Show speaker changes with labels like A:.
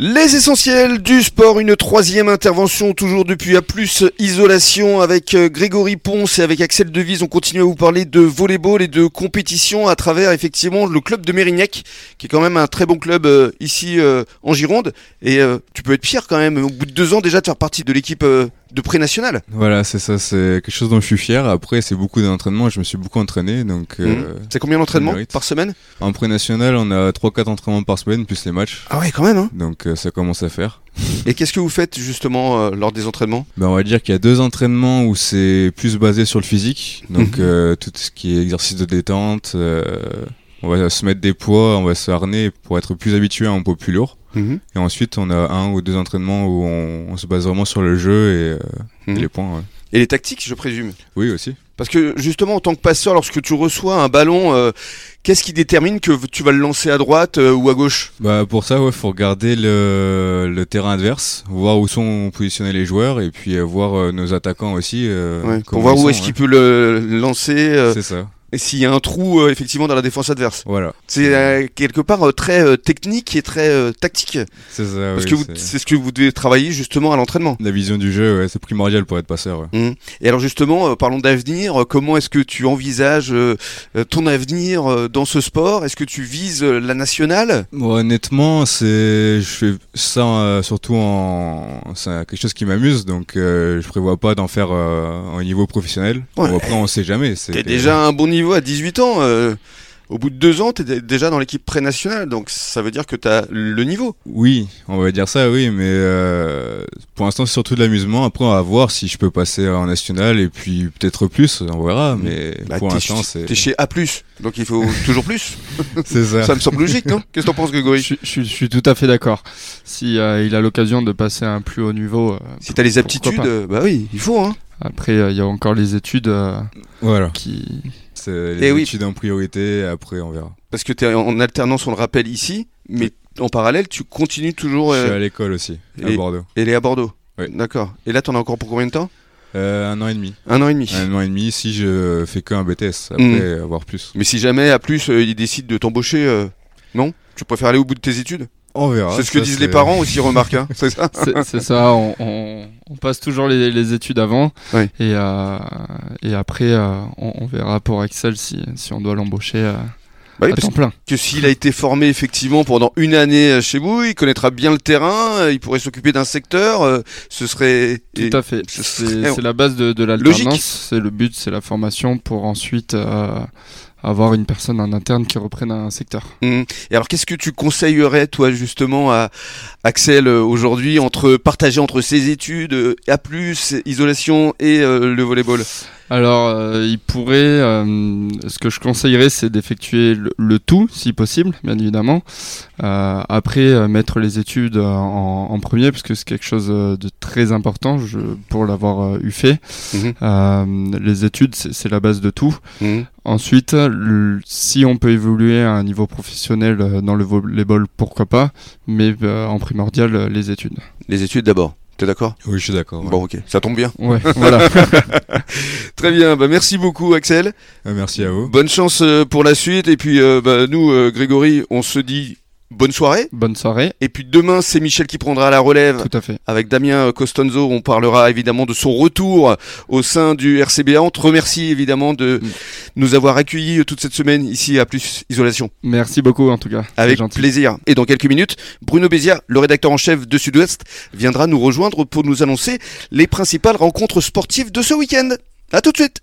A: Les essentiels du sport, une troisième intervention toujours depuis à plus isolation avec euh, Grégory Ponce et avec Axel Devise. On continue à vous parler de volleyball et de compétition à travers effectivement le club de Mérignac, qui est quand même un très bon club euh, ici euh, en Gironde. Et euh, tu peux être fier quand même, au bout de deux ans déjà de faire partie de l'équipe euh, de pré-nationale.
B: Voilà, c'est ça, c'est quelque chose dont je suis fier. Après, c'est beaucoup d'entraînement, je me suis beaucoup entraîné. Donc, euh,
A: Mmh. C'est combien d'entraînements
B: mérite.
A: par semaine
B: en pré-national, on a 3-4 entraînements par semaine, plus les matchs.
A: Ah ouais, quand même. Hein
B: Donc, euh, ça commence à faire.
A: et qu'est-ce que vous faites justement euh, lors des entraînements
B: Ben, on va dire qu'il y a deux entraînements où c'est plus basé sur le physique. Donc,
A: Mhm.
B: euh, tout ce qui est exercice de détente, euh, on va se mettre des poids, on va se harner pour être plus habitué à un poids plus lourd.
A: Mmh.
B: Et ensuite, on a un ou deux entraînements où on, on se base vraiment sur le jeu et, euh, et
A: Mhm.
B: les points. ouais.
A: Et les tactiques, je présume
B: Oui, aussi.
A: Parce que justement, en tant que passeur, lorsque tu reçois un ballon, euh, qu'est-ce qui détermine que tu vas le lancer à droite euh, ou à gauche
B: Bah pour ça, ouais, faut regarder le, le terrain adverse, voir où sont positionnés les joueurs et puis euh, voir euh, nos attaquants aussi. euh,
A: Ouais, Pour
B: comment
A: voir
B: ils
A: où
B: sont,
A: est-ce qu'il peut le le lancer
B: ouais.
A: euh,
B: C'est ça.
A: et s'il y a un trou euh, effectivement dans la défense adverse.
B: Voilà.
A: C'est euh, quelque part euh, très euh, technique et très euh, tactique.
B: C'est ça.
A: parce
B: Ah oui,
A: que vous-
B: c'est-
A: c'est ce que vous devez travailler justement à l'entraînement.
B: la vision du jeu, ouais, c'est primordial pour être passeur. ouais.
A: Et alors justement, euh, parlons d'avenir. euh, Comment est-ce que tu envisages euh, euh, ton avenir euh, dans ce sport Est-ce que tu vises euh, la nationale
B: Bon, honnêtement, c'est je fais ça euh, surtout en c'est quelque chose qui m'amuse, donc euh, je prévois pas d'en faire euh, un niveau professionnel.
A: Ouais.
B: Bon, après, on sait jamais. c'est-
A: T'es déjà à un bon niveau à 18 ans. euh, au bout de deux ans, t'es dé- déjà dans l'équipe pré-nationale, donc ça veut dire que t'as le niveau.
B: Oui, on va dire ça, oui, mais euh, pour l'instant c'est surtout de l'amusement. Après, on va voir si je peux passer en national et puis peut-être plus, on verra. Mais
A: Bah,
B: pour
A: t'es
B: l'instant,
A: ch-
B: c'est
A: t'es chez A+, donc il faut toujours plus.
B: c'est ça.
A: Ça me semble logique, non Qu'est-ce que t'en penses, Grégory
C: Je, je- je suis tout à fait d'accord. Si euh, il a l'occasion de passer à un plus haut niveau, euh,
A: Si t'as les
C: pourquoi
A: aptitudes,
C: pas.
A: euh, bah oui, il faut. Hein.
C: après euh, il y a encore les études euh,
B: Voilà,
C: qui.
B: c'est les
A: Eh oui.
B: études en priorité. Après, on verra.
A: Parce que t'es en alternance, on le rappelle ici, mais en parallèle, tu continues toujours
B: Je suis à
A: euh,
B: l'école aussi à
A: et-
B: Bordeaux,
A: et les à Bordeaux.
B: Ouais.
A: D'accord. Et là, t'en as encore pour combien de temps
B: Euh, un an et demi.
A: Un an et demi.
B: Un an et demi si je fais qu'un BTS. Après,
A: Mm.
B: avoir plus.
A: Mais si jamais A+, euh, ils décident de t'embaucher, euh, non Tu préfères aller au bout de tes études
B: On verra.
A: C'est ce que
B: Ah, ça,
A: disent
B: c'est-
A: les parents aussi, remarque. Hein. C'est ça
C: C'est c'est ça. On, on- on passe toujours les, les études avant
A: Oui.
C: et euh, et après euh, on, on verra pour Axel si si on doit l'embaucher euh,
A: Bah oui,
C: à
A: parce
C: temps plein.
A: que s'il a été formé effectivement pendant une année euh, chez vous, il connaîtra bien le terrain, euh, il pourrait s'occuper d'un secteur, euh, ce serait... et-
C: Tout à fait.
A: ce serait-
C: C'est c'est la base de, de
A: Logique.
C: l'alternance. C'est le but, c'est la formation pour ensuite euh, avoir une personne en interne qui reprenne un secteur.
A: Mm. Et alors qu'est-ce que tu conseillerais toi justement à Axel euh, aujourd'hui entre partager entre ses études, euh, A+, isolation et euh, le volleyball
C: Alors, euh, il pourrait. euh, ce que je conseillerais, c'est d'effectuer le, le tout, si possible, bien évidemment. Euh, après, euh, mettre les études euh, en, en premier, parce que c'est quelque chose euh, de très important je, pour l'avoir euh, eu fait.
A: Mhm.
C: Euh, les études, c'est c'est la base de tout. Ensuite, le- si on peut évoluer à un niveau professionnel euh, dans le volleyball, pourquoi pas, mais euh, en primordial, euh, les études.
A: Les études d'abord, t'es d'accord
B: Oui, je suis d'accord. ouais.
A: Bon ok, ça tombe bien.
C: Ouais, voilà.
A: Très bien, bah, merci beaucoup Axel.
B: Euh, Merci à vous.
A: Bonne chance euh, pour la suite et puis euh, bah, nous euh, Grégory, on se dit bonne soirée.
C: Bonne soirée,
A: Et puis demain, c'est Michel qui prendra la relève
C: tout à fait.
A: avec Damien Costanzo. On parlera évidemment de son retour au sein du RCBA. On te remercie évidemment de
C: Mm.
A: nous avoir accueillis euh, toute cette semaine ici à Plus Isolation.
C: Merci beaucoup, en tout cas. C'est
A: Avec
C: gentil.
A: plaisir. Et dans quelques minutes, Bruno Béziat, le rédacteur en chef de Sud-Ouest, viendra nous rejoindre pour nous annoncer les principales rencontres sportives de ce week-end. À tout de suite